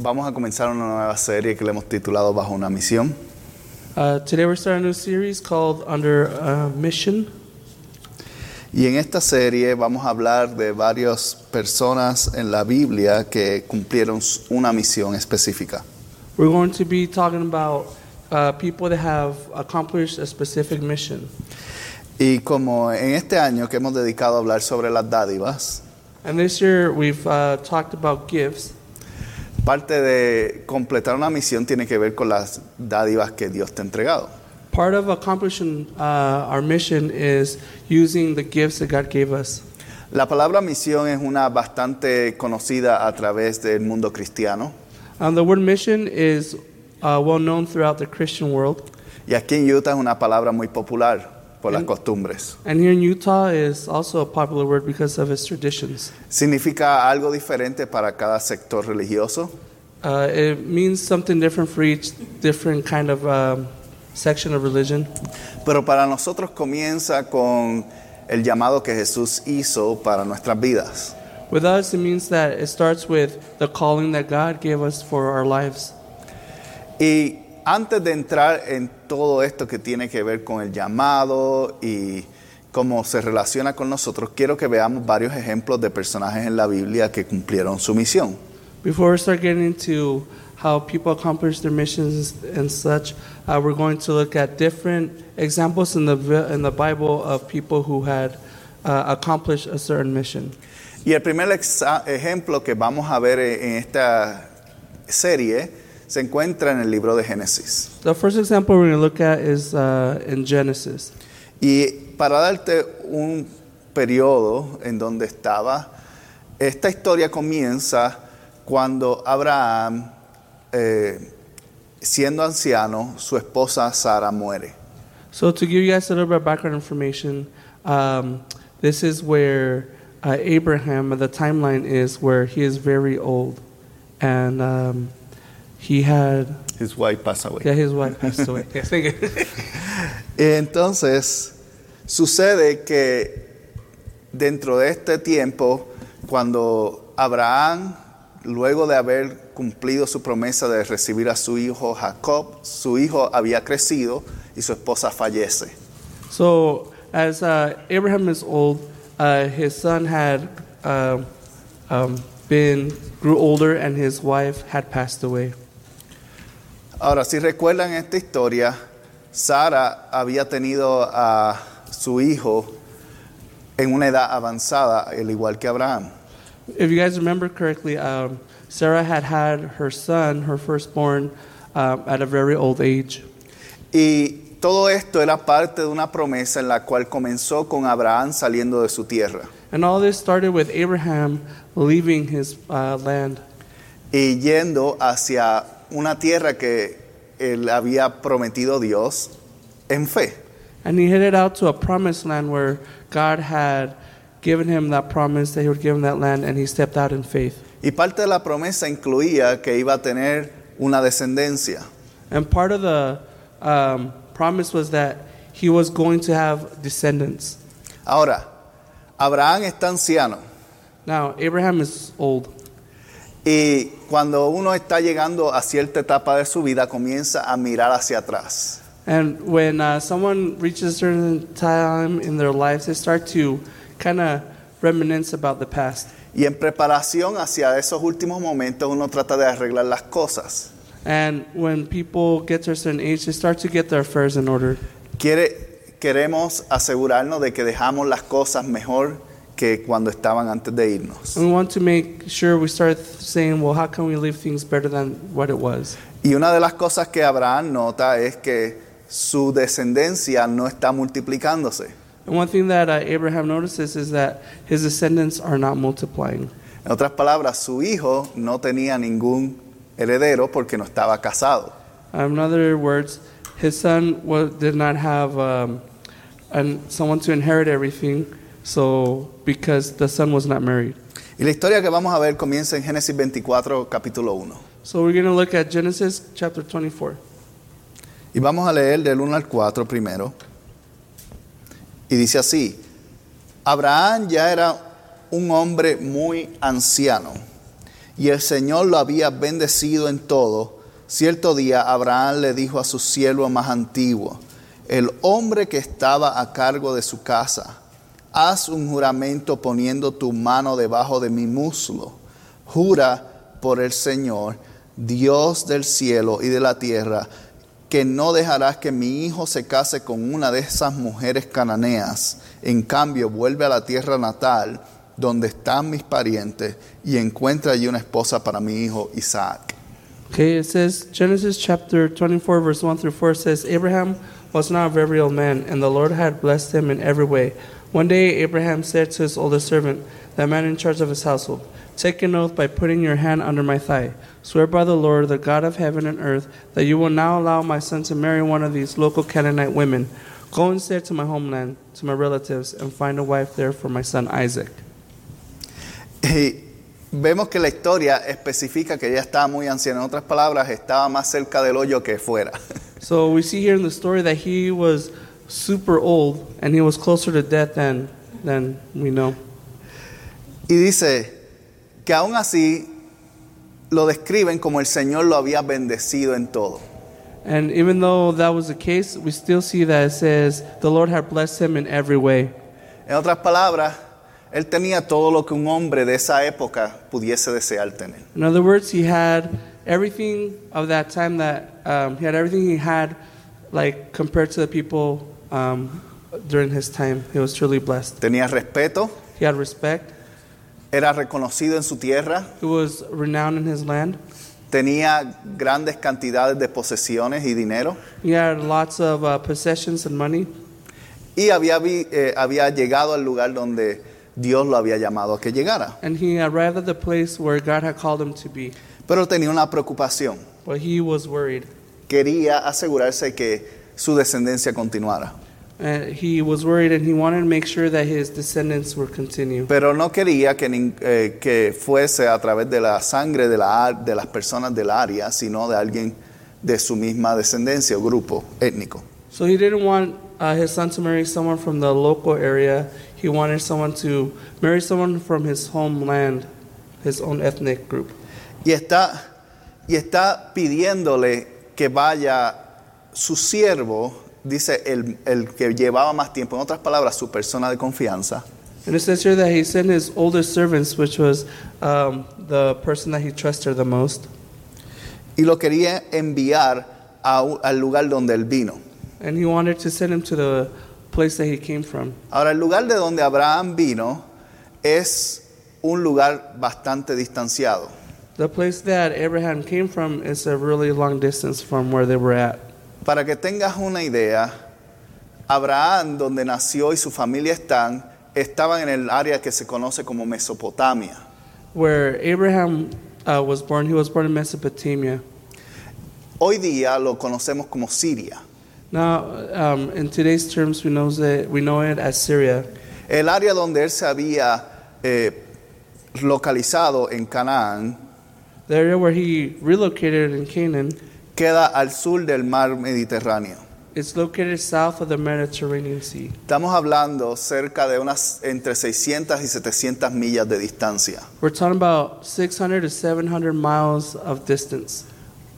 Vamos a comenzar una nueva serie que le hemos titulado Bajo una misión. Uh, today we're starting a new series called Under uh, Mission. Y en esta serie vamos a hablar de varias personas en la Biblia que cumplieron una misión específica. We're going to be talking about uh, people that have accomplished a specific mission. Y como en este año que hemos dedicado a hablar sobre las dádivas, And this year we've uh, talked about gifts. parte de completar una misión tiene que ver con las dádivas que Dios te ha entregado. Part of accomplishing uh, our mission is using the gifts that God gave us. La palabra misión es una bastante conocida a través del mundo cristiano. Um, the word mission is uh, well known throughout the Christian world, Y aquí en Utah es una palabra muy popular por las En- costumbres. and here in Utah is also a popular word because of its traditions. Significa algo diferente para cada sector religioso. Uh, it means something different for each different kind of um, section of religion. Pero para nosotros comienza con el llamado que Jesús hizo para nuestras vidas. With us, it means that it starts with the calling that God gave us for our lives. Y antes de entrar en todo esto que tiene que ver con el llamado y cómo se relaciona con nosotros, quiero que veamos varios ejemplos de personajes en la Biblia que cumplieron su misión. Before we start getting into how people accomplish their missions and such, uh, we're going to look at different examples in the Vi- in the Bible of people who had uh, accomplished a certain mission. Y el primer exa- ejemplo que vamos a ver en en esta serie se encuentra en el libro de Génesis. The first example we're going to look at is uh, in Genesis. Y para darte un periodo en donde estaba, esta historia comienza cuando Abraham, eh, siendo anciano, su esposa Sara muere. So to give you guys a little bit of background information, um, this is where uh, Abraham, the timeline is where he is very old, and um, he had His wife passed away. yeah his wife passed away. Yes, thank you. Entonces, sucede que dentro de este tiempo, cuando Abraham, luego de haber cumplido su promesa de recibir a su hijo Jacob, su hijo había crecido y su esposa fallece. So as uh, Abraham is old, uh, his son had um um, been grew older, and his wife had passed away. Ahora, si recuerdan esta historia, Sara había tenido a su hijo en una edad avanzada, al igual que Abraham. If you guys remember correctly, um, Sarah had had her son, her firstborn, um, at a very old age. Y todo esto era parte de una promesa en la cual comenzó con Abraham saliendo de su tierra And all this started with Abraham leaving his uh, land y yendo hacia una tierra que él había prometido Dios en fe. and he headed out to a promised land where God had given him that promise that he would give him that land, and he stepped out in faith. Y parte de la promesa incluía que iba a tener una descendencia. And part of the um, promise was that he was going to have descendants. Ahora, Abraham está anciano Now, Abraham is old. y cuando uno está llegando a cierta etapa de su vida comienza a mirar hacia atrás. And when uh, someone reaches a certain time in their lives, they start to kind of reminisce about the past. Y en preparación hacia esos últimos momentos uno trata de arreglar las cosas. And when people get to a certain age, they start to get their affairs in order. Quiere- queremos asegurarnos de que dejamos las cosas mejor que cuando estaban antes de irnos. And we want to make sure we start saying, well, how can we leave things better than what it was? Y una de las cosas que Abraham nota es que su descendencia no está multiplicándose. And one thing that uh, Abraham notices is that his descendants are not multiplying. En otras palabras, su hijo no tenía ningún heredero porque no estaba casado. Um, In other words, his son wa did not have um, an, someone to inherit everything, so because the son was not married. Y la historia que vamos a ver comienza en Génesis 24, capítulo 1. So we're going to look at Genesis chapter 24. Y vamos a leer del 1 al 4 primero. Y dice así, Abraham ya era un hombre muy anciano y el Señor lo había bendecido en todo. Cierto día Abraham le dijo a su siervo más antiguo, el hombre que estaba a cargo de su casa, haz un juramento poniendo tu mano debajo de mi muslo. Jura por el Señor, Dios del cielo y de la tierra, que no dejarás que mi hijo se case con una de esas mujeres cananeas. En cambio, vuelve a la tierra natal, donde están mis parientes, y encuentra allí una esposa para mi hijo Isaac. Okay, it says Genesis chapter 24, verse 1 through 4 says, Abraham was not a very old man, and the Lord had blessed him in every way. One day, Abraham said to his oldest servant, the man in charge of his household, Take an oath by putting your hand under my thigh. Swear by the Lord, the God of heaven and earth, that you will now allow my son to marry one of these local Canaanite women. Go instead to my homeland, to my relatives, and find a wife there for my son Isaac. Y vemos que la historia especifica que ella estaba muy anciana. En otras palabras, estaba más cerca del hoyo que fuera. So we see here in the story that he was super old and he was closer to death than, than we know. Y dice que aún así lo describen como el Señor lo había bendecido en todo. And even though that was the case, we still see that it says the Lord had blessed him in every way. En otras palabras, él tenía todo lo que un hombre de esa época pudiese desear tener. In other words, he had everything of that time that um, he had everything he had, like compared to the people um, during his time. He was truly blessed. Tenía respeto, He had respect. era reconocido en su tierra, He was renowned in his land. tenía grandes cantidades de posesiones y dinero He had lots of uh, possessions and money, y había, vi- eh, había llegado al lugar donde Dios lo había llamado a que llegara. and he arrived at the place where God had called him to be. Pero tenía una preocupación, But he was worried. quería asegurarse que su descendencia continuara, Uh, he was worried, and he wanted to make sure that his descendants would continue. pero no quería que, nin- eh, que fuese a través de la sangre de, la ar- de las personas del área, sino de alguien de su misma descendencia o grupo étnico. So he didn't want uh, his son to marry someone from the local area. He wanted someone to marry someone from his homeland, his own ethnic group. Y está, y está pidiéndole que vaya su siervo, dice el, el que llevaba más tiempo, en otras palabras, su persona de confianza, And it says here that he sent his oldest servants, which was um, the person that he trusted the most, y lo quería enviar a u- al lugar donde él vino. and he wanted to send him to the place that he came from. Ahora, el lugar de donde Abraham vino es un lugar bastante distanciado. The place that Abraham came from is a really long distance from where they were at. Para que tengas una idea, Abraham, donde nació y su familia están, estaban en el área que se conoce como Mesopotamia. Where Abraham uh, was born, he was born in Mesopotamia. Hoy día lo conocemos como Siria. Now, um, in today's terms, we knows it, we know it as Syria. El área donde él se había eh, localizado en Canaán The area where he relocated in Canaan queda al sur del mar Mediterráneo. is located south of the Mediterranean Sea. Estamos hablando cerca de unas entre 600 y 700 millas de distancia. We're talking about 600 to 700 miles of distance.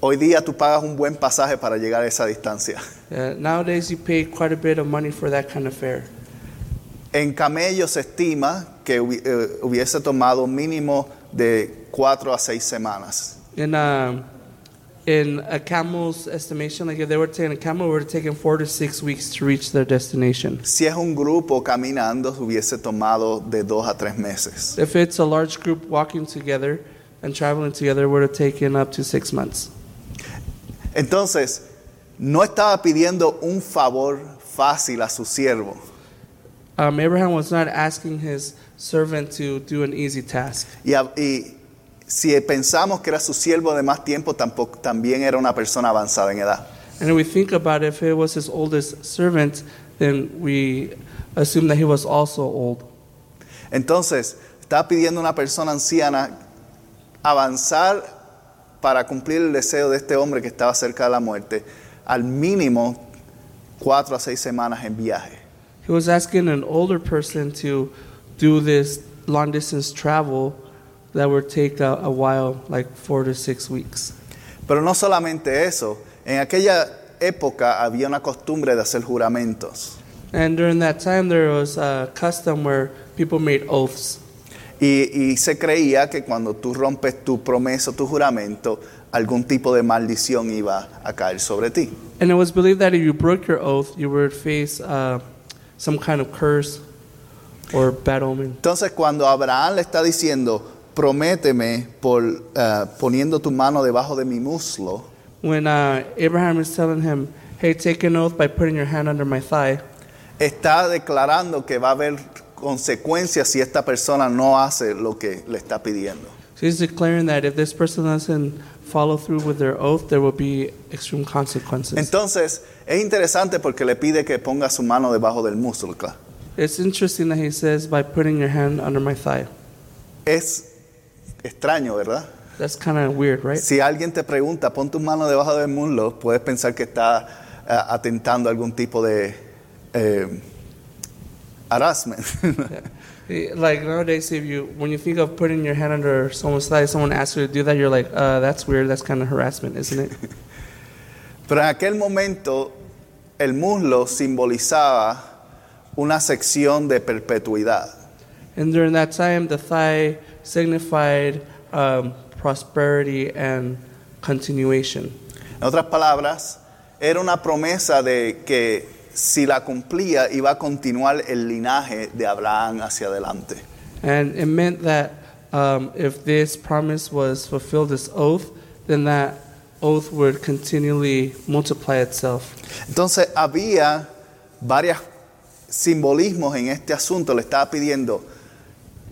Hoy día tú pagas un buen pasaje para llegar a esa distancia. Uh, nowadays, you pay quite a bit of money for that kind of fare. En camello se estima que hubi- eh, hubiese tomado mínimo de 4 a 6 semanas. In um, in a camel's estimation, like if they were taking a camel, it would have taken four to six weeks to reach their destination. Si es un grupo caminando, hubiese tomado de 2 a 3 meses. If it's a large group walking together and traveling together, it would have taken up to six months. Entonces, no estaba pidiendo un favor fácil a su siervo. Um, Abraham was not asking his servant to do an easy task. Y, a- y Si pensamos que era su siervo de más tiempo, tampoco, también era una persona avanzada en edad. And if we think about it, if it was his oldest servant, then we assume that he was also old. Entonces, está pidiendo una persona anciana avanzar para cumplir el deseo de este hombre que estaba cerca de la muerte, al mínimo cuatro a seis semanas en viaje. He was asking an older person to do this long distance travel that would take a, a while, like four to six weeks. Pero no solamente eso, en aquella época había una costumbre de hacer juramentos. And during that time, there was a custom where people made oaths. Y, y se creía que cuando tú rompes tu promesa, tu juramento, algún tipo de maldición iba a caer sobre ti. And it was believed that if you broke your oath, you would face uh, some kind of curse or bad omen. Entonces cuando Abraham le está diciendo, prométeme por eh, poniendo tu mano debajo de mi muslo, When uh, Abraham is telling him, hey, take an oath by putting your hand under my thigh, está declarando que va a haber consecuencias si esta persona no hace lo que le está pidiendo. so he's declaring that if this person doesn't follow through with their oath, there will be extreme consequences. Entonces es interesante porque le pide que ponga su mano debajo del muslo. claro. It's interesting that he says by putting your hand under my thigh. Es extraño, ¿verdad? That's kind of weird, right? Si alguien te pregunta, pon tus manos debajo del muslo, puedes pensar que está eh, atentando a algún tipo de eh, harassment. Eh, Like nowadays, if you when you think of putting your hand under someone's thigh, someone asks you to do that, you're like, uh, that's weird. That's kind of harassment, isn't it? Pero en aquel momento el muslo simbolizaba una sección de perpetuidad. and during that time, the thigh signified um, prosperity and continuation. En otras palabras, era una promesa de que si la cumplía iba a continuar el linaje de Abraham hacia adelante. And it meant that um, if this promise was fulfilled, this oath, then that oath would continually multiply itself. Entonces había varios simbolismos en este asunto. Le estaba pidiendo,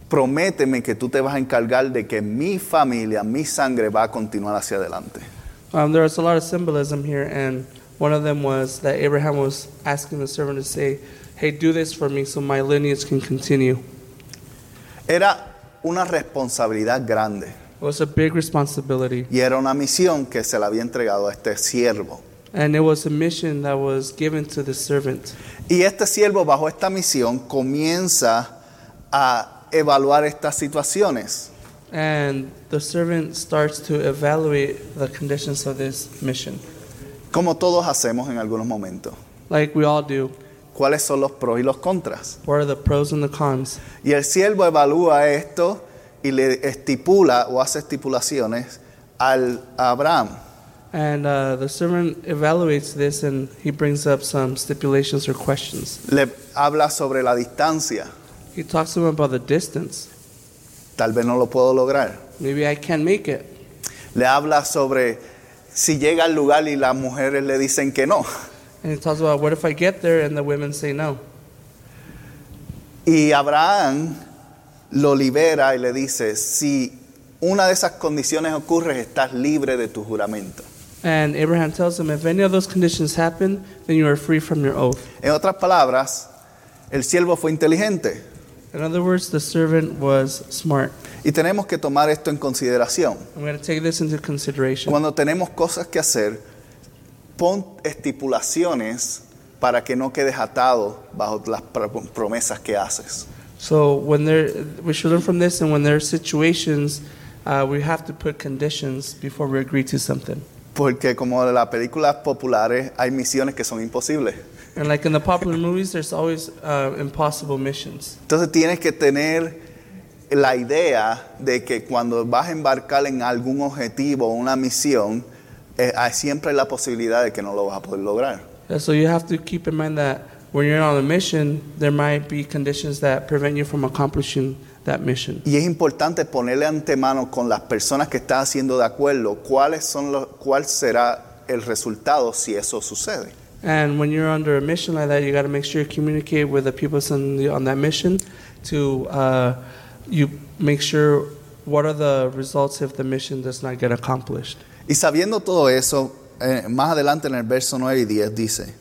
prométeme que tú te vas a encargar de que mi familia, mi sangre va a continuar hacia adelante. Um, there was a lot of symbolism here, and one of them was that Abraham was asking the servant to say, Hey, do this for me so my lineage can continue. Era una responsabilidad grande It was a big responsibility, y era una misión que se le había entregado a este siervo. and it was a mission that was given to the servant. Y este siervo bajo esta misión comienza a evaluar estas situaciones. And the servant starts to evaluate the conditions of this mission, como todos hacemos en algunos momentos. like we all do. ¿Cuáles son los pros y los contras? What are the pros and the cons? Y el siervo evalúa esto y le estipula o hace estipulaciones al a Abraham. And uh, the servant evaluates this and he brings up some stipulations or questions. Le habla sobre la distancia. He talks to him about the distance. Tal vez no lo puedo lograr. Maybe I can't make it. Le habla sobre si llega al lugar y las mujeres le dicen que no. And he talks about what if I get there and the women say no. Y Abraham lo libera y le dice, si una de esas condiciones ocurre, estás libre de tu juramento. And Abraham tells him, if any of those conditions happen, then you are free from your oath. En otras palabras, el siervo fue inteligente. In other words, the servant was smart. Y tenemos que tomar esto en consideración. I'm going to take this into consideration. Cuando tenemos cosas que hacer, pon estipulaciones para que no quedes atado bajo las pr- promesas que haces. So when there, we should learn from this, and when there are situations, uh, we have to put conditions before we agree to something. Porque como en las películas populares, hay misiones que son imposibles. And like in the popular movies, there's always uh, impossible missions. Entonces tienes que tener la idea de que cuando vas a embarcar en algún objetivo o una misión, eh, hay siempre la posibilidad de que no lo vas a poder lograr. And so you have to keep in mind that when you're on a mission, there might be conditions that prevent you from accomplishing that mission. Y es importante ponerle antemano con las personas que estás haciendo de acuerdo cuáles son los, cuál será el resultado si eso sucede. And when you're under a mission like that, you got to make sure you communicate with the people suddenly on that mission to uh, you make sure what are the results if the mission does not get accomplished? Y sabiendo todo eso, eh, más adelante en el verso 9 y 10 dice,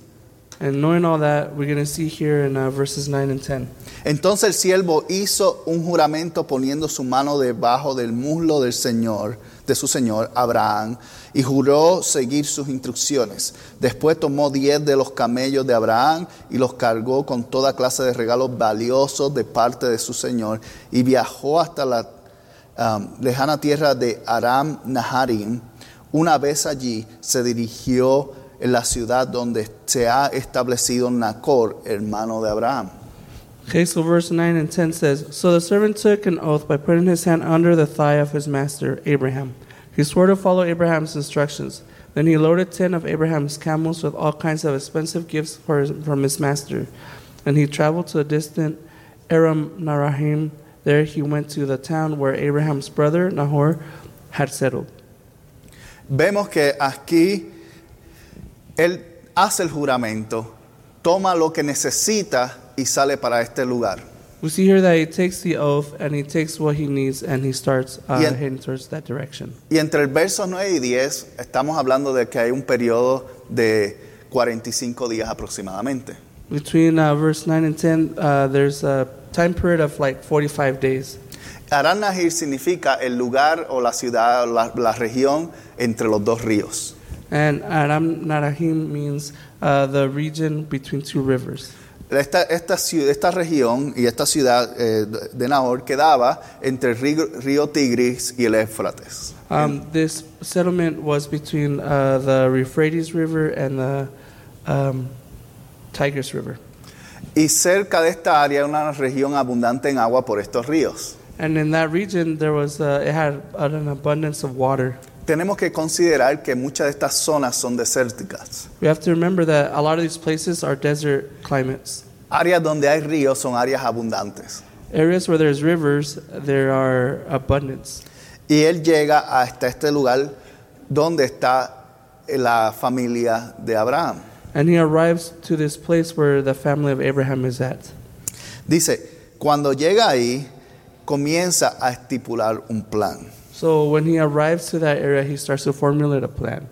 And knowing all that, we're going to see here in uh, verses 9 and 10. entonces el siervo hizo un juramento poniendo su mano debajo del muslo del Señor, de su Señor Abraham, y juró seguir sus instrucciones. Después tomó diez de los camellos de Abraham y los cargó con toda clase de regalos valiosos de parte de su Señor, y viajó hasta la um, lejana tierra de Aram Naharim. Una vez allí se dirigió en la ciudad donde se ha establecido Nacor, hermano de Abraham. Okay, so verse 9 and 10 says So the servant took an oath by putting his hand under the thigh of his master, Abraham. He swore to follow Abraham's instructions. Then he loaded 10 of Abraham's camels with all kinds of expensive gifts for his, from his master. And he traveled to a distant Aram Narahim. There he went to the town where Abraham's brother, Nahor, had settled. Vemos que aquí él hace el juramento, toma lo que necesita y sale para este lugar. We see here that he takes the oath and he takes what he needs and he starts uh, Yeah. heading towards that direction. Y entre el verso 9 y 10 estamos hablando de que hay un periodo de 45 días aproximadamente. Between uh, verse 9 and 10, uh, there's a time period of like 45 days. Aram Nahir significa el lugar o la ciudad o la- la región entre los dos ríos. And Aram Narahim means uh, the region between two rivers. Esta, esta, ciu- esta región y esta ciudad eh, de de Nahor quedaba entre el río, río Tigris y el Éfrates. Um, this settlement was between uh, the Euphrates River and the um, Tigris River. Y cerca de esta área una región abundante en agua por estos ríos. And in that region, there was uh, it had an abundance of water. Tenemos que considerar que muchas de estas zonas son desérticas. We have to remember that a lot of these places are desert climates. Áreas donde hay ríos son áreas abundantes. Areas where there's rivers, there are abundance. Y él llega hasta este lugar donde está la familia de Abraham. And he arrives to this place where the family of Abraham is at. Dice, cuando llega ahí, comienza a estipular un plan. So when he arrives to that area, he starts to formulate a plan.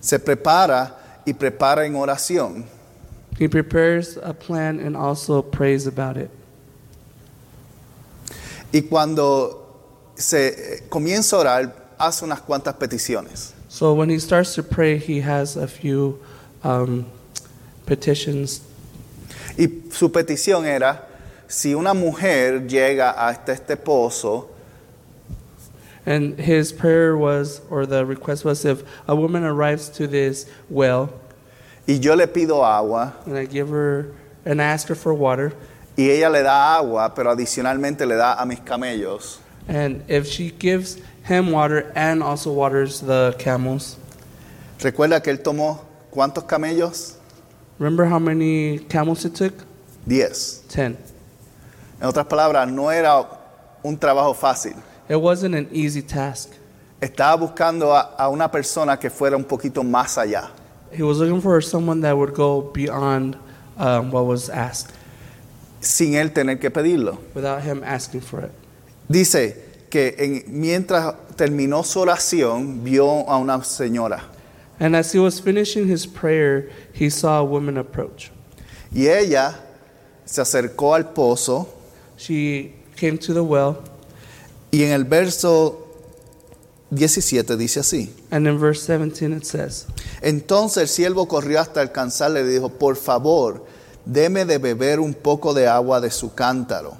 se prepara y prepara en oración. He prepares a plan and also prays about it. Y cuando se eh, comienza a orar, hace unas cuantas peticiones. So when he starts to pray, he has a few um, petitions. Y su petición era, si una mujer llega hasta este pozo, And his prayer was, or the request was, if a woman arrives to this well y yo le pido agua, and I give her and I ask her for water, y ella le da agua, pero adicionalmente le da a mis camellos, and if she gives him water and also waters the camels, recuerda que él tomó cuántos camellos? remember how many camels it took? Diez. 10. En otras palabras, no era un trabajo fácil. It wasn't an easy task. Estaba buscando a- a una persona que fuera un poquito más allá. He was looking for someone that would go beyond um, what was asked sin él tener que pedirlo. without him asking for it. Dice que en- mientras terminó su oración, vio a una señora And as he was finishing his prayer, he saw a woman approach. y ella se acercó al pozo She came to the well, y en el verso 17 dice así. and in verse 17 it says, Entonces el siervo corrió hasta alcanzarle y le dijo, por favor, deme de beber un poco de agua de su cántaro.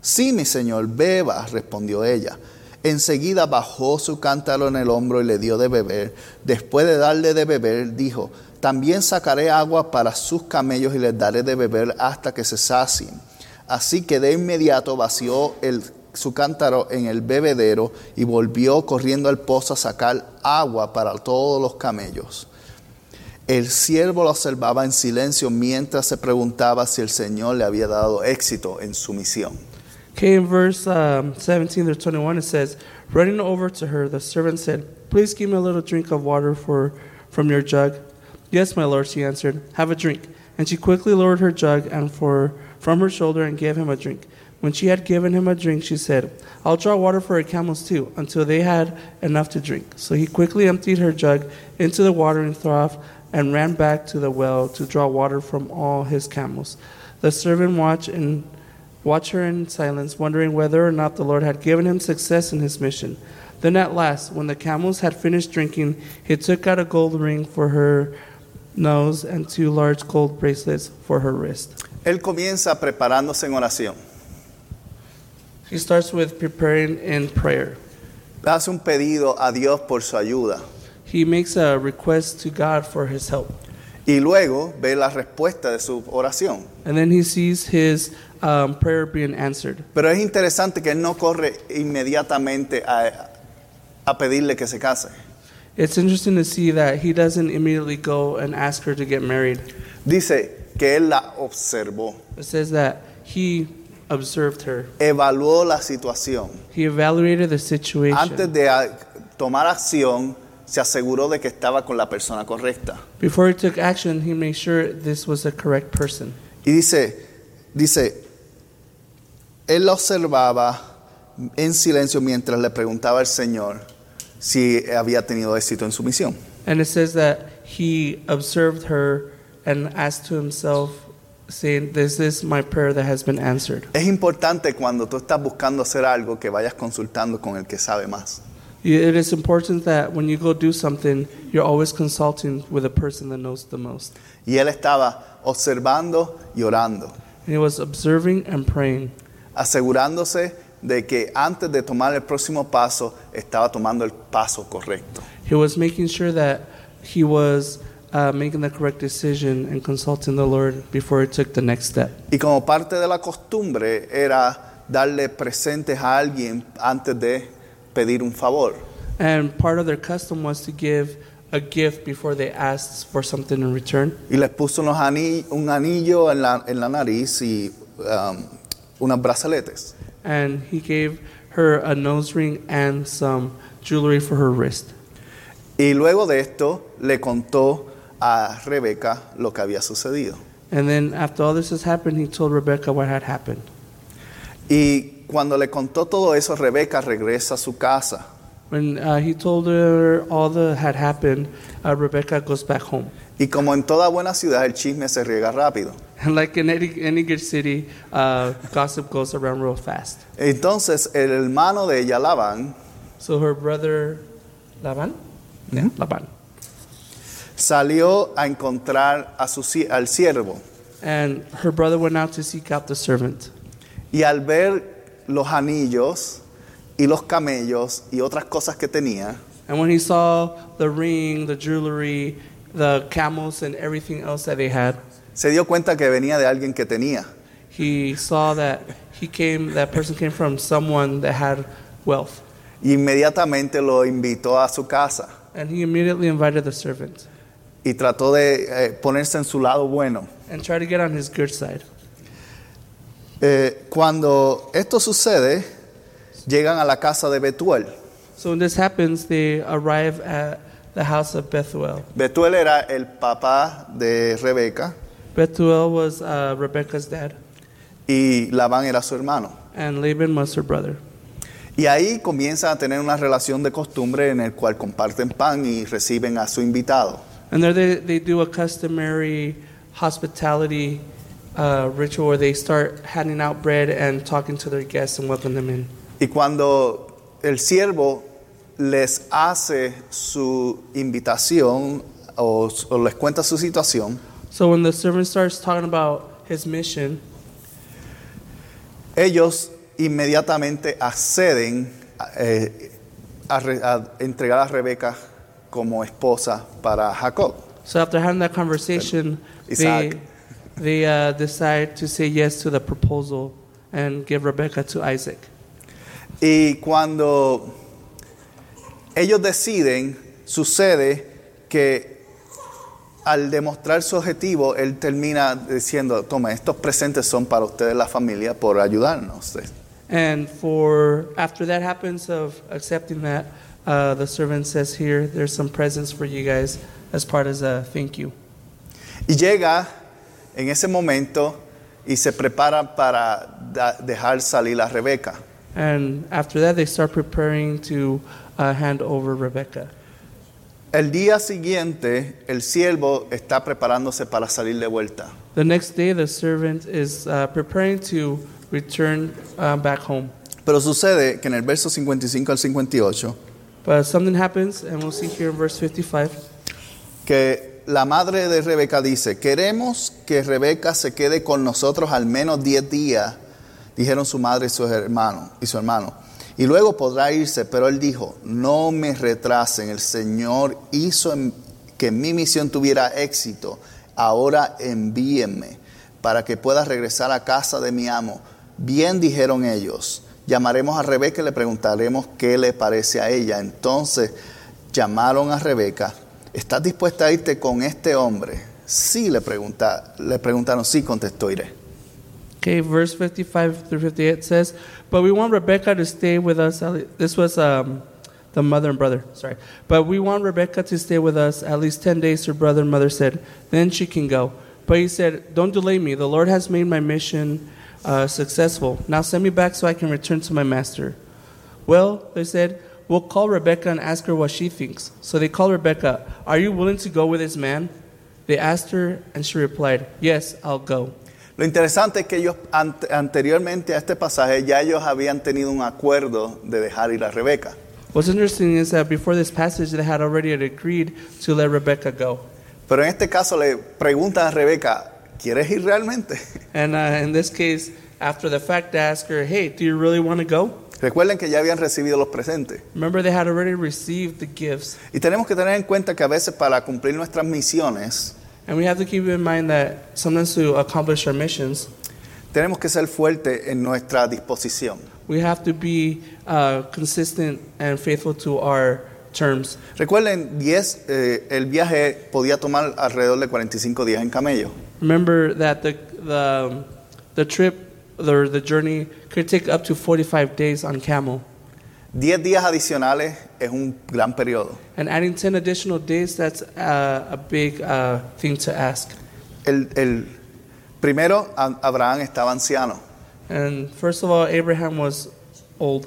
Sí, mi señor, beba, respondió ella. Enseguida bajó su cántaro en el hombro y le dio de beber. Después de darle de beber, dijo, también sacaré agua para sus camellos y les daré de beber hasta que se sacien. Así que de inmediato vació el- su cántaro en el bebedero y volvió corriendo al pozo a sacar agua para todos los camellos. El siervo lo observaba en silencio mientras se preguntaba si el Señor le había dado éxito en su misión. Okay, in verse um, 17 through 21, it says, Running over to her, the servant said, Please give me a little drink of water for, from your jug. Yes, my lord, she answered, Have a drink. And she quickly lowered her jug and for, from her shoulder and gave him a drink. When she had given him a drink, she said, I'll draw water for her camels too, until they had enough to drink. So he quickly emptied her jug into the watering trough and ran back to the well to draw water from all his camels. The servant watched and watched her in silence, wondering whether or not the Lord had given him success in his mission. Then at last, when the camels had finished drinking, he took out a gold ring for her nose and two large gold bracelets for her wrist. Él comienza preparándose en oración. He starts with preparing in prayer. Le hace un pedido a Dios por su ayuda. He makes a request to God for his help. Y luego ve la respuesta de su oración. And then he sees his um, prayer being answered. Pero es interesante que él no corre inmediatamente a, a pedirle que se case. It's interesting to see that he doesn't immediately go and ask her to get married. Dice que él la observó, It says that he observed her, evaluó la situación. he evaluated the situation. Antes de ah, tomar acción, se aseguró de que estaba con la persona correcta. Before he took action, he made sure this was the correct person. Y dice, dice, él la observaba en silencio mientras le preguntaba al Señor si había tenido éxito en su misión. And it says that he observed her and asked to himself, saying, This is my prayer that has been answered. Es importante cuando tú estás buscando hacer algo que vayas consultando con el que sabe más. It is important that when you go do something, you're always consulting with a person that knows the most. Y él estaba observando y orando, And he was observing and praying, asegurándose de que antes de tomar el próximo paso estaba tomando el paso correcto. he was making sure that he was uh, making the correct decision and consulting the Lord before he took the next step. Y como parte de la costumbre era darle presentes a alguien antes de pedir un favor. And part of their custom was to give a gift before they asked for something in return. Y les puso unos ani- un anillo en la, en la nariz y um, unos brazaletes. And he gave her a nose ring and some jewelry for her wrist. Y luego de esto le contó a Rebeca lo que había sucedido. And then after all this has happened, he told Rebecca what had happened. Y cuando le contó todo eso, Rebeca regresa a su casa When uh, he told her all that had happened, uh, Rebecca goes back home. Y como en toda buena ciudad, el chisme se riega rápido. And like in any, any good city, uh, gossip goes around real fast. Entonces, el hermano de ella, Labán, So her brother, Laban? Ujú. Laban. salió a encontrar a su, si- al siervo. And her brother went out to seek out the servant. Y al ver los anillos y los camellos y otras cosas que tenía, And when he saw the ring, the jewelry, the camels, and everything else that they had, se dio cuenta que venía de alguien que tenía. he saw that he came, that person came from someone that had wealth. Y inmediatamente lo invitó a su casa And he immediately invited the servant y trató de eh, ponerse en su lado bueno. and tried to get on his good side. Eh, cuando esto sucede, llegan a la casa de Betuel. So when this happens, they arrive at the house of Bethuel. Betuel era el papá de Rebeca. Bethuel was uh, Rebecca's dad, y Labán era su hermano. and Laban was her brother. Y ahí comienzan a tener una relación de costumbre en el cual comparten pan y reciben a su invitado. And there they, they do a customary hospitality uh, ritual where they start handing out bread and talking to their guests and welcome them in. Y cuando el siervo les hace su invitación o, o les cuenta su situación, So when the servant starts talking about his mission, ellos inmediatamente acceden eh, a, re- a entregar a Rebeca como esposa para Jacob. so after having that conversation, Isaac. they, they uh, decide to say yes to the proposal and give Rebecca to Isaac. Y cuando ellos deciden, sucede que al demostrar su objetivo, él termina diciendo, toma, estos presentes son para ustedes la familia por ayudarnos. And for after that happens of accepting that, uh, the servant says here, there's some presents for you guys as part as a thank you. Y llega en ese momento y se preparan para da- dejar salir a Rebeca. And after that, they start preparing to uh, hand over Rebecca. El día siguiente, el siervo está preparándose para salir de vuelta. The next day, the servant is uh, preparing to return uh, back home. Pero sucede que en el verso 55 al 58, But something happens, and we'll see here in verse 55. que la madre de Rebeca dice, queremos que Rebeca se quede con nosotros al menos 10 días, dijeron su madre y su hermano. Y, su hermano. y luego podrá irse, pero él dijo, no me retrasen, el Señor hizo en- que mi misión tuviera éxito, ahora envíenme para que pueda regresar a casa de mi amo. Bien dijeron ellos, llamaremos a Rebeca y le preguntaremos qué le parece a ella. Entonces llamaron a Rebeca, ¿estás dispuesta a irte con este hombre? Sí, le, pregunta, le preguntaron, sí, contestó, iré. Okay, verse 55 through 58 says, But we want Rebecca to stay with us. at le- This was um, the mother and brother, sorry. But we want Rebecca to stay with us at least 10 days, her brother and mother said. Then she can go. But he said, Don't delay me. The Lord has made my mission uh, successful. Now send me back so I can return to my master. Well, they said, We'll call Rebecca and ask her what she thinks. So they called Rebecca, Are you willing to go with this man? They asked her, and she replied, Yes, I'll go. Lo interesante es que ellos ante- anteriormente a este pasaje ya ellos habían tenido un acuerdo de dejar ir a Rebeca. What's interesting is that before this passage, they had already agreed to let Rebecca go. Pero en este caso le preguntan a Rebeca, ¿quieres ir realmente? And uh, in this case, after the fact, they asked her, hey, do you really want to go? Recuerden que ya habían recibido los presentes. Remember, they had already received the gifts. Y tenemos que tener en cuenta que a veces para cumplir nuestras misiones And we have to keep in mind that sometimes to accomplish our missions, tenemos que ser fuertes en nuestra disposición. we have to be uh, consistent and faithful to our terms. Recuerden, 10, eh, el viaje podía tomar alrededor de 45 días en camello. Remember that the, the, the trip, the, the journey, could take up to 45 days on camel. 10 días adicionales es un gran periodo. And adding 10 additional days, that's uh, a big uh, thing to ask. El, el- primero, a- Abraham estaba anciano And first of all, Abraham was old.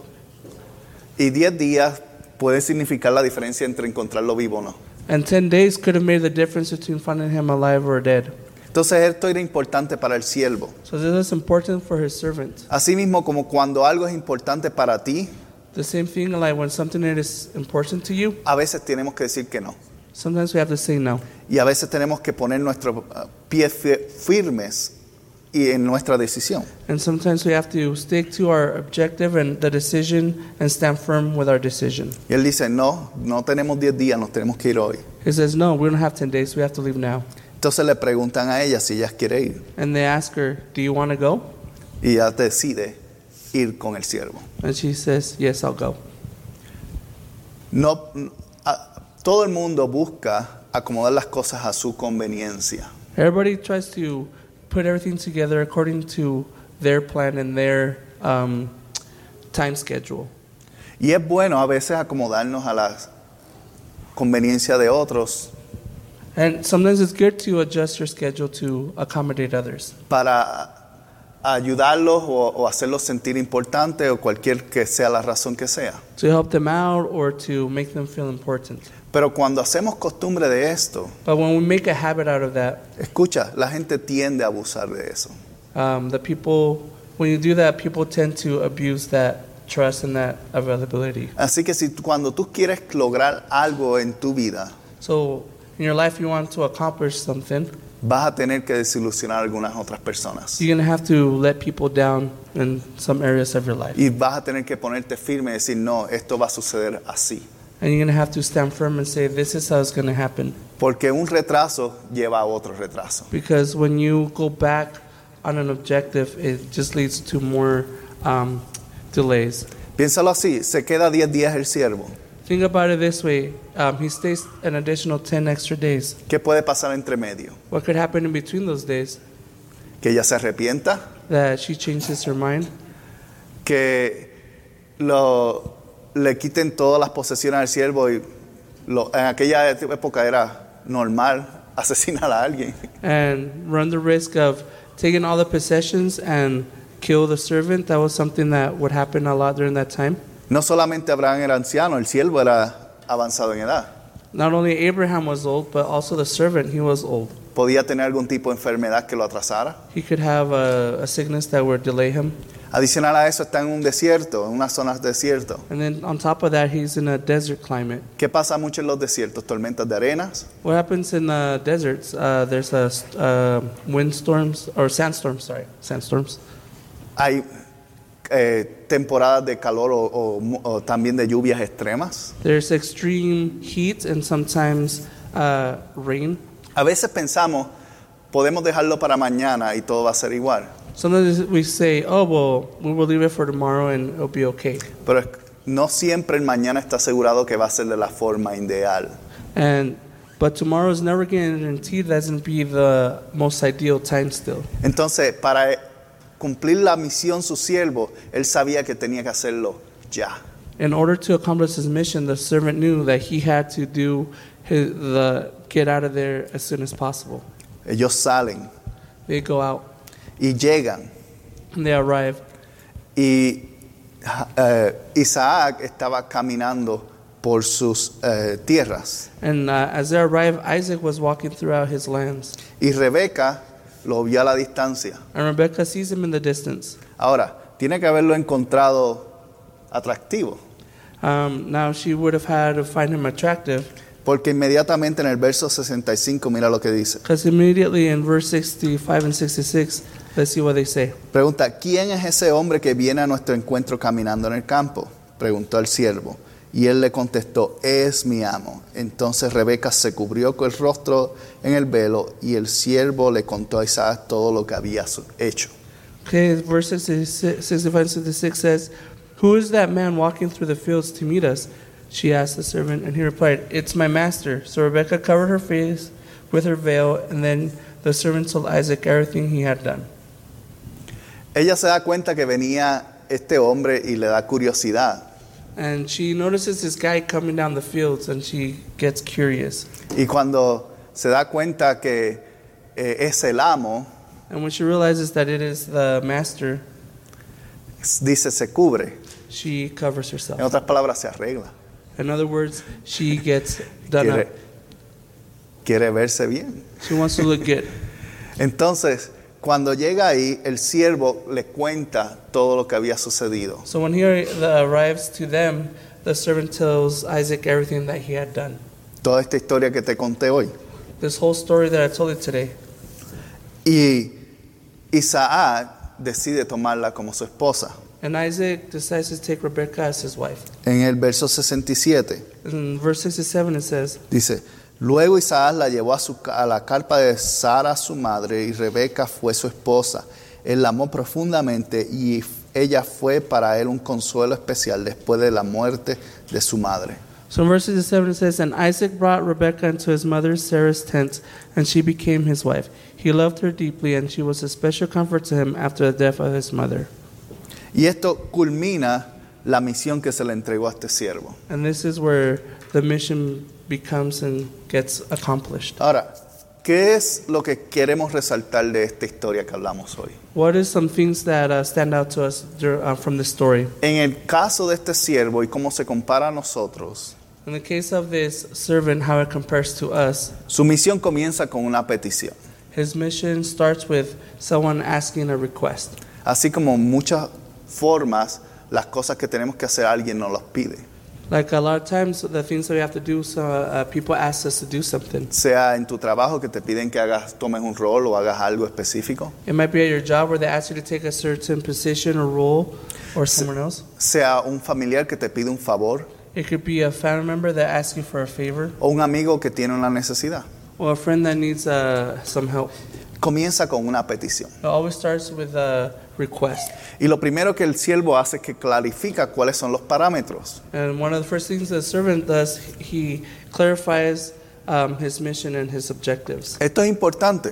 y 10 días puede significar la diferencia entre encontrarlo vivo o no. And 10 days could have made the difference between finding him alive or dead. Entonces esto era importante para el siervo. So this is important for his servant. Asimismo, como cuando algo es importante para ti, The same thing, like when something that is important to you, a veces tenemos que decir que no. sometimes we have to say no. Y a veces tenemos que poner nuestros ah, pies fi- firmes y en nuestra decisión. And sometimes we have to stick to our objective and the decision and stand firm with our decision. Y él dice, no, no tenemos 10 días, nos tenemos que ir hoy. He says, No, we don't have 10 days, we have to leave now. Entonces le preguntan a ella si ella quiere ir. And they ask her, Do you want to go? Y ella decide ir con el siervo. And she says, Yes, I'll go. No, mm, ah, todo el mundo busca acomodar las cosas a su conveniencia. Everybody tries to put everything together according to their plan and their um, time schedule. Y es bueno a veces acomodarnos a la conveniencia de otros And sometimes it's good to adjust your schedule to accommodate others para ayudarlos o, o hacerlos sentir importantes o cualquier que sea la razón que sea. to help them out or to make them feel important. Pero cuando hacemos costumbre de esto, But when we make a habit out of that, escucha, la gente tiende a abusar de eso. um, the people, when you do that, people tend to abuse that trust and that availability. Así que si tú- cuando tú quieres lograr algo en tu vida, So in your life, you want to accomplish something, vas a tener que desilusionar a algunas otras personas. you're gonna have to let people down in some areas of your life. Y vas a tener que ponerte firme y decir, no, esto va a suceder así. And you're going to have to stand firm and say, this is how it's going to happen. Porque un retraso lleva a otro retraso. Because when you go back on an objective, it just leads to more um, delays. Piénsalo así, se queda 10 días el siervo. Think about it this way um, He stays an additional 10 extra days. ¿Qué puede pasar entre medio? What could happen in between those days? Que ella se arrepienta, That she changes her mind, que lo- le quiten todas las posesiones al siervo y lo- en aquella época era normal asesinar a alguien. and run the risk of taking all the possessions and kill the servant, that was something that would happen a lot during that time. No solamente Abraham era anciano, el siervo era avanzado en edad. Not only Abraham was old, but also the servant, he was old. Podía tener algún tipo de enfermedad que lo atrasara. He could have a, a sickness that would delay him. Adicional a eso, está en un desierto, en unas zonas de desierto. And then on top of that, he's in a desert climate. ¿Qué pasa mucho en los desiertos? Tormentas de arenas, What happens in the deserts? Uh, there's a s- uh, windstorms or sandstorms. Sorry, sandstorms. hay eh, temporadas de calor o, o mu- o también de lluvias extremas. There's extreme heat and sometimes uh, rain. A veces pensamos, podemos dejarlo para mañana y todo va a ser igual, Sometimes we say, "Oh well, we will leave it for tomorrow and it'll be okay." pero es- no siempre el mañana está asegurado que va a ser de la forma ideal. And but tomorrow is never guaranteed. That doesn't be the most ideal time still. Entonces, para eh, cumplir la misión su siervo, él sabía que tenía que hacerlo ya. In order to accomplish his mission, the servant knew that he had to do his, the get out of there as soon as possible. Ellos salen They go out y llegan and they arrive. y ja, eh, Isaac estaba caminando por sus eh, tierras And uh, as they arrived, Isaac was walking throughout his lands. y Rebeca lo vio a la distancia. And Rebekah sees him in the distance. Ahora, tiene que haberlo encontrado atractivo, Um, now she would have had to find him attractive porque inmediatamente en el verso 65 mira lo que dice. because immediately in verse 65 and 66, let's see what they say. Pregunta, ¿quién es ese hombre que viene a nuestro encuentro caminando en el campo? Preguntó el siervo. Y él le contestó, es mi amo. Entonces Rebeca se cubrió con el rostro en el velo y el siervo le contó a Isaac todo lo que había su- hecho. Okay, verse 66, 65 and 66 says, Who is that man walking through the fields to meet us? She asked the servant, and he replied, It's my master. So Rebekah covered her face with her veil, and then the servant told Isaac everything he had done. Ella se da cuenta que venía este hombre y le da curiosidad. And she notices this guy coming down the fields, and she gets curious. Y cuando se da cuenta que eh, es el amo, And when she realizes that it is the master, dice se cubre. she covers En herself. otras palabras, se arregla. In other words, she gets done up. Quiere, quiere verse bien. She wants to look good. Entonces, cuando llega ahí, el siervo le cuenta todo lo que había sucedido. So when he arri- arrives to them, the servant tells Isaac everything that he had done. Toda esta historia que te conté hoy. This whole story that I told you today. Y Isaac decide tomarla como su esposa. And Isaac decides to take Rebekah as his wife. En el verso 67 In verse 67, it says, dice, luego Isaac la llevó a, su ca- a la carpa de Sara, su madre, y Rebeca fue su esposa. Él la amó profundamente y f- ella fue para él un consuelo especial después de la muerte de su madre. So in verse 67 it says, And Isaac brought Rebekah into his mother Sarah's tent, and she became his wife. He loved her deeply, and she was a special comfort to him after the death of his mother. Y esto culmina la misión que se le entregó a este siervo. And this is where the mission becomes and gets accomplished. Ahora, ¿qué es lo que queremos resaltar de esta historia que hablamos hoy? What is some things that uh, stand out to us dur- uh, from this story? En el caso de este siervo y cómo se compara a nosotros, In the case of this servant, how it compares to us, su misión comienza con una petición. his mission starts with someone asking a request. Así como muchas formas, las cosas que tenemos que hacer alguien nos las pide. Like a lot of times, the things that we have to do, so, uh, people ask us to do something. Sea en tu trabajo que te piden que hagas, tomes un rol o hagas algo específico. It might be at your job where they ask you to take a certain position or role or someone else. Sea un familiar que te pide un favor It could be a family member that asks you for a favor o un amigo que tiene una necesidad. or a friend that needs uh, some help. Comienza con una petición. It always starts with a request. Y lo primero que el siervo hace es que clarifica cuáles son los parámetros. And one of the first things the servant does, he clarifies um, his mission and his objectives. Esto es importante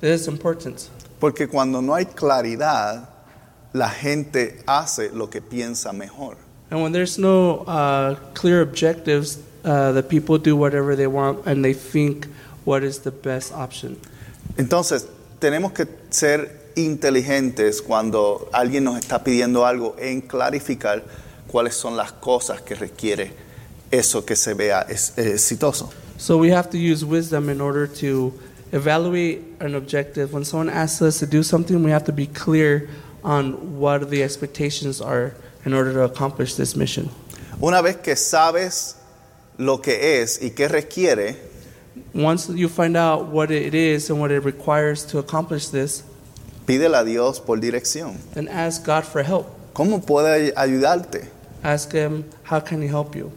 This is important porque cuando no hay claridad, la gente hace lo que piensa mejor. And when there's no uh, clear objectives, uh, the people do whatever they want and they think what is the best option. Entonces, tenemos que ser inteligentes cuando alguien nos está pidiendo algo en clarificar cuáles son las cosas que requiere eso que se vea es- eh, exitoso. So we have to use wisdom in order to evaluate an objective. When someone asks us to do something, we have to be clear on what the expectations are in order to accomplish this mission. Una vez que sabes lo que es y qué requiere, Once you find out what it is and what it requires to accomplish this, pídele a Dios por dirección. then ask God for help. ¿Cómo puede ayudarte? Ask Him, How can He help you?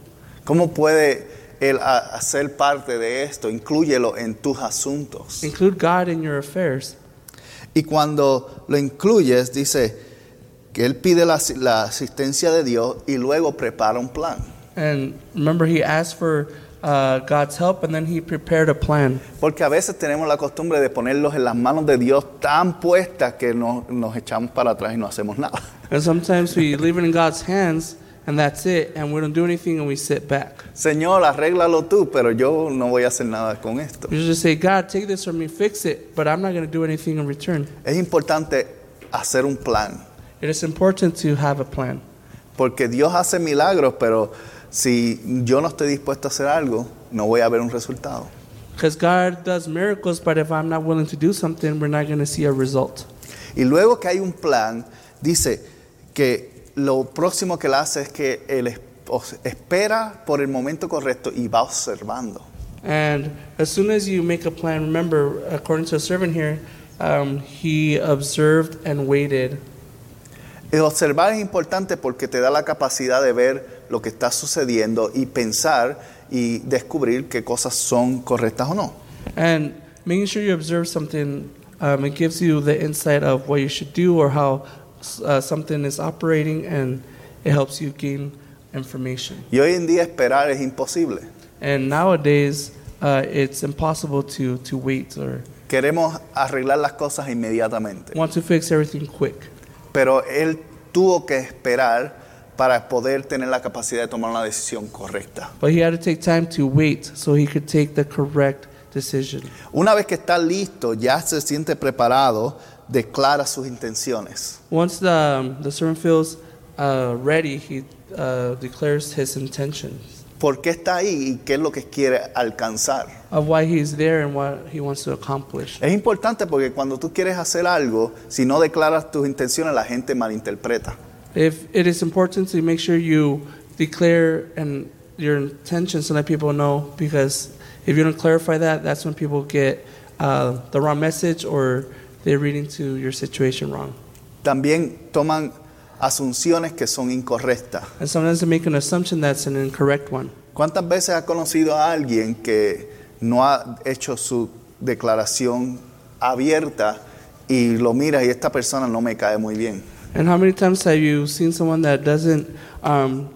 ¿Cómo puede Él a- hacer parte de esto? Inclúyelo en tus asuntos. Include God in your affairs. Y cuando lo incluyes, dice que Él pide la, asi- la asistencia de Dios y luego prepara un plan. And remember, He asked for uh, God's help and then He prepared a plan. Porque a veces tenemos la costumbre de ponerlos en las manos de Dios tan puestas que nos, nos echamos para atrás y no hacemos nada. And sometimes we leave it in God's hands and that's it, and we don't do anything and we sit back. Señor, arréglalo tú, pero yo no voy a hacer nada con esto. You just say, God, take this from me, fix it, but I'm not going to do anything in return. Es importante hacer un plan, It is important to have a plan porque Dios hace milagros, pero si yo no estoy dispuesto a hacer algo, no voy a ver un resultado. because God does miracles, but if I'm not willing to do something, we're not going to see a result. Y luego que hay un plan, dice que lo próximo que él hace es que él es- os- espera por el momento correcto y va observando. And as soon as you make a plan, remember, according to a servant here, um, he observed and waited. El observar es importante porque te da la capacidad de ver lo que está sucediendo y pensar y descubrir qué cosas son correctas o no. And making sure you observe something, um, it gives you the insight of what you should do or how uh, something is operating, and it helps you gain information. Y hoy en día esperar es imposible. And nowadays, uh, it's impossible to, to wait or Queremos arreglar las cosas inmediatamente. want to fix everything quick. Pero él tuvo que esperar para poder tener la capacidad de tomar una decisión correcta. But he had to take time to wait so he could take the correct decision. Una vez que está listo, ya se siente preparado, declara sus intenciones. Once the, um, the servant feels uh, ready, he uh, declares his intentions ¿Por qué está ahí y qué es lo que quiere alcanzar? of why he is there and what he wants to accomplish. Es importante porque cuando tú quieres hacer algo, si no declaras tus intenciones, la gente malinterpreta. If it is important to make sure you declare and your intentions to let people know, because if you don't clarify that, that's when people get uh, the wrong message or they're reading to your situation wrong. También toman asunciones que son incorrectas. And sometimes they make an assumption that's an incorrect one. ¿Cuántas veces has conocido a alguien que no ha hecho su declaración abierta y lo miras y esta persona no me cae muy bien? And how many times have you seen someone that doesn't um,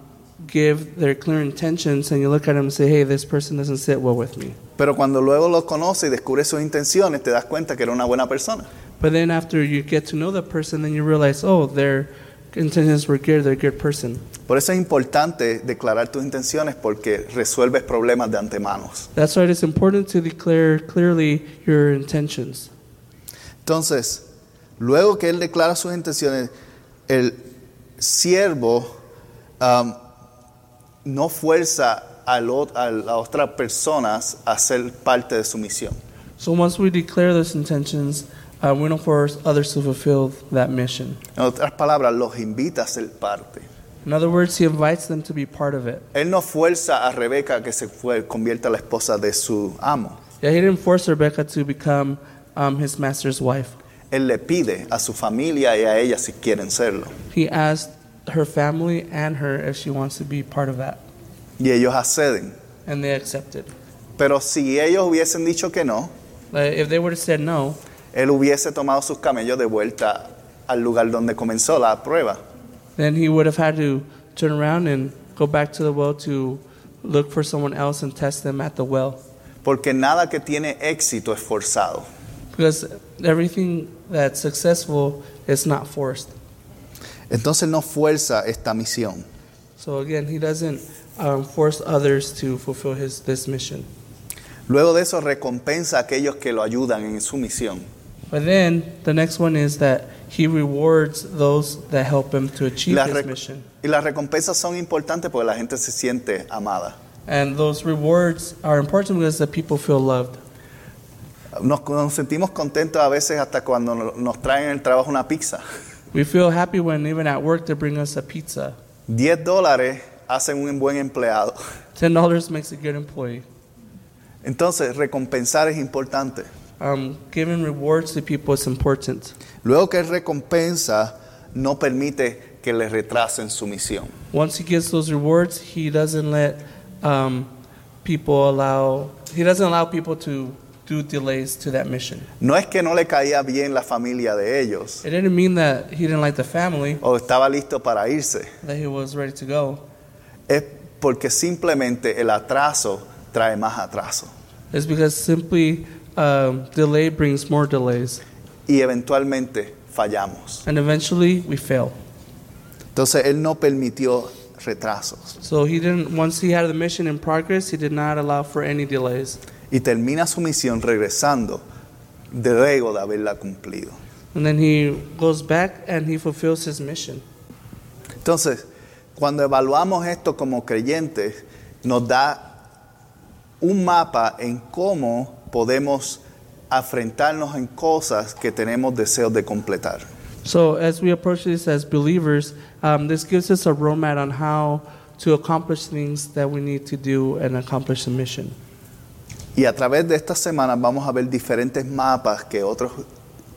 give their clear intentions and you look at them and say, hey, this person doesn't sit well with me? Pero cuando luego los conoces y descubres sus intenciones, te das cuenta que era una buena persona. But then after you get to know the person, then you realize, oh, their intentions were good, they're a good person. Por eso es importante declarar tus intenciones porque resuelves problemas de antemano. That's why it's important to declare clearly your intentions. Entonces, luego que él declara sus intenciones, el siervo um, no fuerza al o- a las otras personas a ser parte de su misión. So once we declare those intentions, uh, we don't force others to fulfill that mission. En otras palabras, los invita a ser parte. In other words, he invites them to be part of it. Él no fuerza a Rebeca a que se fue- convierta en la esposa de su amo. Yeah, he didn't force Rebecca to become um, his master's wife. Él le pide a su familia y a ella si quieren serlo. He asked her family and her if she wants to be part of that, Y ellos acceden. and they accepted. Pero si ellos hubiesen dicho que no, Like, if they would have said no, él hubiese tomado sus camellos de vuelta al lugar donde comenzó la prueba. then he would have had to turn around and go back to the well to look for someone else and test them at the well. Porque nada que tiene éxito es forzado. Because everything that's successful is not forced. Entonces no fuerza esta misión. So again, he doesn't um, force others to fulfill his this mission. Luego de eso recompensa a aquellos que lo ayudan en su misión. But then the next one is that he rewards those that help him to achieve La his rec- mission. Y las recompensas son importantes porque la gente se siente amada. And those rewards are important because the people feel loved. Nos, nos sentimos contentos a veces hasta cuando no- nos traen en el trabajo una pizza. We feel happy when even at work they bring us a pizza. 10 dólares hacen un buen empleado. Ten dollars makes a good employee. Entonces, recompensar es importante. Um, giving rewards to people is important. Luego que recompensa, no permite que le retrasen su misión. Once he gets those rewards, he doesn't let um, people allow. He doesn't allow people to do delays to that mission. No es que no le caía bien la familia de ellos It didn't mean that he didn't like the family, o estaba listo para irse. that he was ready to go. Es porque simplemente el atraso trae más atraso. It's because simply um, delay brings more delays, Y eventualmente fallamos. and eventually we fail. Entonces, él no permitió retrasos. So he didn't. Once he had the mission in progress, he did not allow for any delays. Y termina su misión regresando de luego de haberla cumplido. And then he goes back and he fulfills his mission. Entonces, cuando evaluamos esto como creyentes, nos da un mapa en cómo podemos afrentarnos en cosas que tenemos deseos de completar. So as we approach this as believers, um, this gives us a roadmap on how to accomplish things that we need to do and accomplish the mission. Y a través de estas semanas vamos a ver diferentes mapas que otras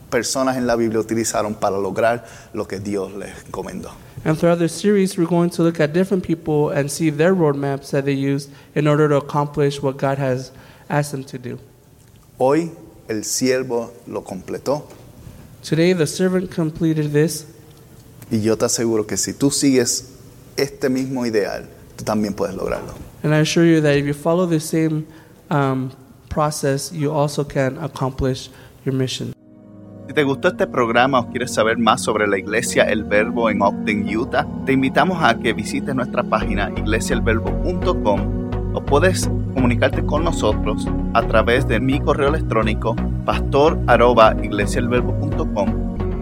personas en la Biblia utilizaron para lograr lo que Dios les encomendó. And throughout this series, we're going to look at different people and see their roadmaps that they used in order to accomplish what God has asked them to do. Hoy el siervo lo completó Today, the servant completed this, y yo te aseguro que si tú sigues este mismo ideal, tú también puedes lograrlo. and I assure you that if you follow the same um, process, you also can accomplish your mission. Si te gustó este programa o quieres saber más sobre la iglesia El Verbo en Ogden, Utah, te invitamos a que visites nuestra página iglesiaelverbo.com o puedes comunicarte con nosotros a través de mi correo electrónico pastor@iglesiaelverbo.com.